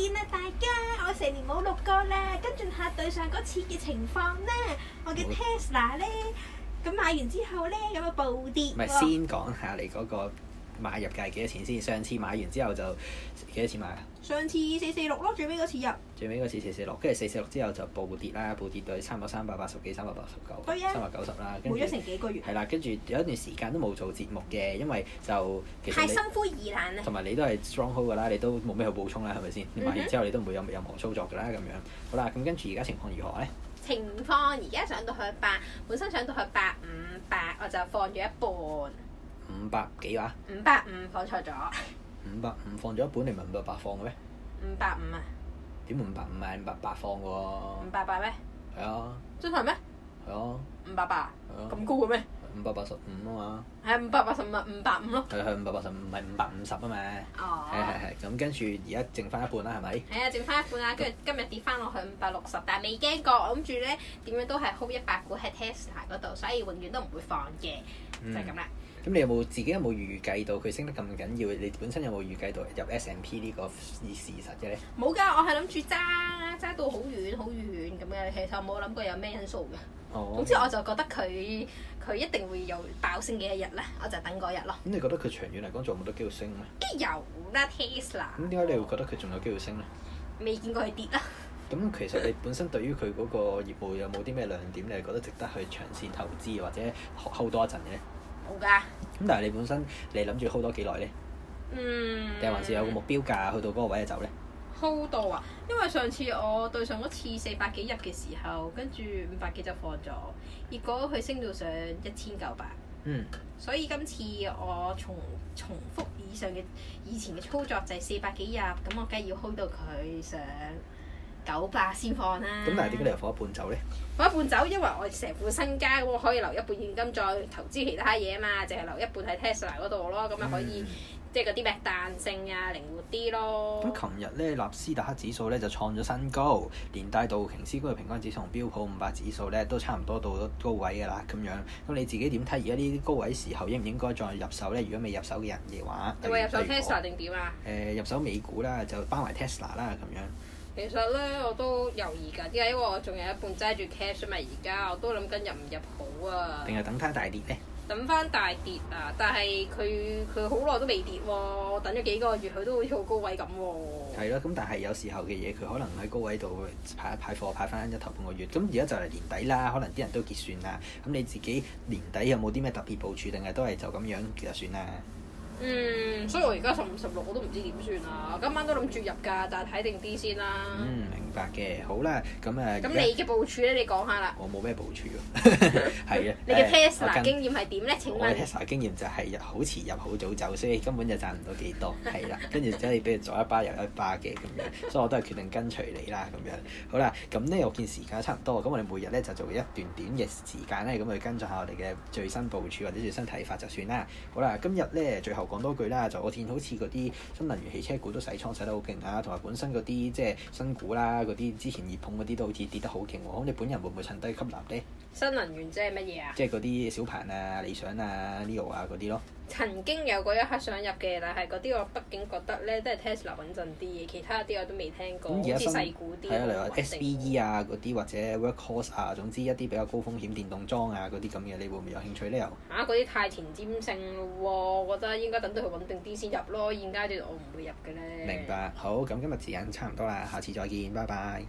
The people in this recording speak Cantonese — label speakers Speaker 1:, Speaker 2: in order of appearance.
Speaker 1: 見啦，大家，我成年冇錄過啦。跟住下對上嗰次嘅情況咧，我嘅 Tesla 咧，咁買完之後咧，咁啊暴跌
Speaker 2: 唔係
Speaker 1: 喎。
Speaker 2: 先講下你嗰個買入價係幾多錢先？上次買完之後就幾多錢買啊？
Speaker 1: 上次四四六咯，最尾嗰次入，
Speaker 2: 最尾嗰次四四六，跟住四四六之後就暴跌啦，暴跌到差唔多三百八十幾、三百八十
Speaker 1: 對
Speaker 2: 九、
Speaker 1: 啊
Speaker 2: 三百九十啦，跟
Speaker 1: 冇
Speaker 2: 住
Speaker 1: 咗成幾個月，
Speaker 2: 係啦，跟住有一段時間都冇做節目嘅，因為就其實
Speaker 1: 太
Speaker 2: 你
Speaker 1: 心灰意冷
Speaker 3: 啊
Speaker 1: 啦。
Speaker 2: 同埋你都係 stronghold 㗎啦，你都冇咩去補充啦，係咪先？你買
Speaker 1: 嗯
Speaker 2: 完
Speaker 1: 哼
Speaker 2: 之後你都唔會有任何操作㗎啦，咁樣好啦。咁跟住而家情況如何咧？
Speaker 3: 情況而家上到去八，本身上到去八五百，我就放咗一半，五
Speaker 2: 五百幾話？
Speaker 3: 百五放錯咗，
Speaker 2: 五百五放咗一本，你咪五百八放嘅咩？
Speaker 3: 五百五啊，
Speaker 2: 點會五百五買五百八放嘅
Speaker 3: 五
Speaker 2: 喎？
Speaker 3: 百八咩？
Speaker 2: 係啊，
Speaker 3: 真係咩？
Speaker 2: 係啊，
Speaker 3: 五百八
Speaker 2: 係啊，
Speaker 3: 咁高嘅咩？
Speaker 2: 五百八十五啊嘛，
Speaker 3: 係五百八十五啊，五百五咯。
Speaker 2: 係係五百八十五，唔係五百五十啊嘛，係係
Speaker 3: 哦，
Speaker 2: 係。咁跟住而家剩翻一半啦，係咪？
Speaker 3: 係啊，剩翻一半啦，跟住今日跌翻落去五百六十，但係未驚過，我諗住咧點樣都係 hold 一百股喺 Tesla 嗰度，所以永遠都唔會放嘅，就
Speaker 2: 嗯
Speaker 3: 係咁啦。
Speaker 2: 咁你有冇自己有冇預計到佢升得咁緊要？你本身有冇預計到入 S&P 呢個事實嘅咧？
Speaker 3: 冇㗎，我係諗住揸揸到好遠好遠咁嘅，其實我冇諗過有咩因素嘅。
Speaker 2: 哦
Speaker 3: 總之我就覺得佢佢一定會有爆升嘅一日啦，我就等嗰日咯。
Speaker 2: 咁你覺得佢長遠嚟講仲有冇得機會升咧？
Speaker 3: 跟住有啦 Tesla，
Speaker 2: 咁點解你會覺得佢仲有機會升咧？
Speaker 3: 未見過佢跌啦？
Speaker 2: 咁其實你本身對於佢嗰個業務有冇啲咩亮點，你係覺得值得去長線投資或者 hold 多一陣嘅咧？
Speaker 3: 冇㗎，
Speaker 2: 咁但係你本身你諗住 hold 多幾耐咧？
Speaker 3: 嗯。
Speaker 2: 定係還是有個目標價去到嗰個位就走咧？
Speaker 3: hold 到啊？因為上次我對上嗰次四百幾入嘅時候，跟住五百幾就放咗，結果佢升到上一千九百。
Speaker 2: 嗯，
Speaker 3: 所以今次我重重複以上嘅以前嘅操作就係四百幾入，咁我梗係要 hold 到佢上九百先放啦。
Speaker 2: 嗯咁但係點解你又放一半走咧？
Speaker 3: 我一半走，因為我成副身家咁，我可以留一半現金再投資其他嘢嘛，淨係留一半喺 Tesla 嗰度咯，咁咪可
Speaker 2: 嗯
Speaker 3: 以、即係嗰啲咩彈性啊，靈活啲咯。
Speaker 2: 咁琴日咧，納斯達克指數咧就創咗新高，連帶道瓊斯工業平均指數同標普五百指數咧都差唔多到咗高位㗎啦，咁樣。咁你自己點睇而家呢啲高位時候應唔應該再入手咧？如果未入手嘅人嘅話，
Speaker 3: 你會入手
Speaker 2: 例如我
Speaker 3: Tesla 定點啊？
Speaker 2: 誒、入手美股啦，就包埋 Tesla 啦咁樣。
Speaker 3: 其實咧我都猶豫緊，因為我仲有一半揸住 cash 啊嘛，而家我都諗緊入唔入好啊。
Speaker 2: 定係等它大跌咧？
Speaker 3: 等翻大跌啊！但係佢佢好耐都未跌喎、我等咗幾個月佢都好似好高位咁喎、
Speaker 2: 係咯，咁但係有時候嘅嘢，佢可能喺高位度派一派貨，派翻一頭半個月。咁而家就嚟年底啦，可能啲人都結算啦。咁你自己年底有冇啲咩特別部署，定係都係就咁樣就算啊啦？
Speaker 3: 嗯，所以我而家十五十六我都唔知點算啦。今晚都諗住入㗎，但係睇定啲先啦。
Speaker 2: 嗯，明白嘅。好啦，咁誒，
Speaker 3: 咁
Speaker 2: 而家
Speaker 3: 你嘅部署咧，你講下啦。
Speaker 2: 我冇咩部署喎， 係嘅。
Speaker 3: 你嘅
Speaker 2: 誒我
Speaker 3: Tesla
Speaker 2: 近
Speaker 3: 經驗係點咧？請
Speaker 2: 我嘅
Speaker 3: 問
Speaker 2: Tesla 經驗就係入好遲入好早走，所以根本就賺唔到幾多，係啦。跟住即係俾佢左一巴右一巴嘅咁樣，所以我都係決定跟隨你啦咁樣。好啦，咁呢我見時間差唔多，咁我哋每日咧就做一段短嘅時間咧，咁去跟進下我哋嘅最新部署或者最新睇法就算啦。好啦，今日咧最後講多句啦，就我見好似嗰啲新能源汽車股都洗倉洗得好勁啊，同埋本身嗰啲即係新股啦，嗰啲之前熱捧嗰啲都好似跌得好勁喎。咁你本人會唔會趁低吸納咧？
Speaker 3: 新能源即係乜嘢啊？
Speaker 2: 即係嗰啲小鵬啊、理想啊、Leo 啊嗰啲咯。
Speaker 3: 曾經有過一刻想入嘅，但係嗰啲我畢竟覺得咧都係 Tesla 穩陣啲嘅，其他啲我都未聽過，
Speaker 2: 咁而
Speaker 3: 好
Speaker 2: 家
Speaker 3: 似
Speaker 2: 新啊
Speaker 3: 細股啲。
Speaker 2: 係啊，例如話
Speaker 3: 穩定
Speaker 2: SBE 啊嗰啲，或者 Workhorse 啊，總之一啲比較高風險電動裝啊嗰啲咁嘅，你會唔會有興趣呢？又
Speaker 3: 嚇啊嗰啲太前瞻性咯喎，我覺得應該等到佢穩定啲先入咯。現階段我唔會入嘅咧。
Speaker 2: 明。白，好，咁今日時間差唔多啦，下次再見，拜拜。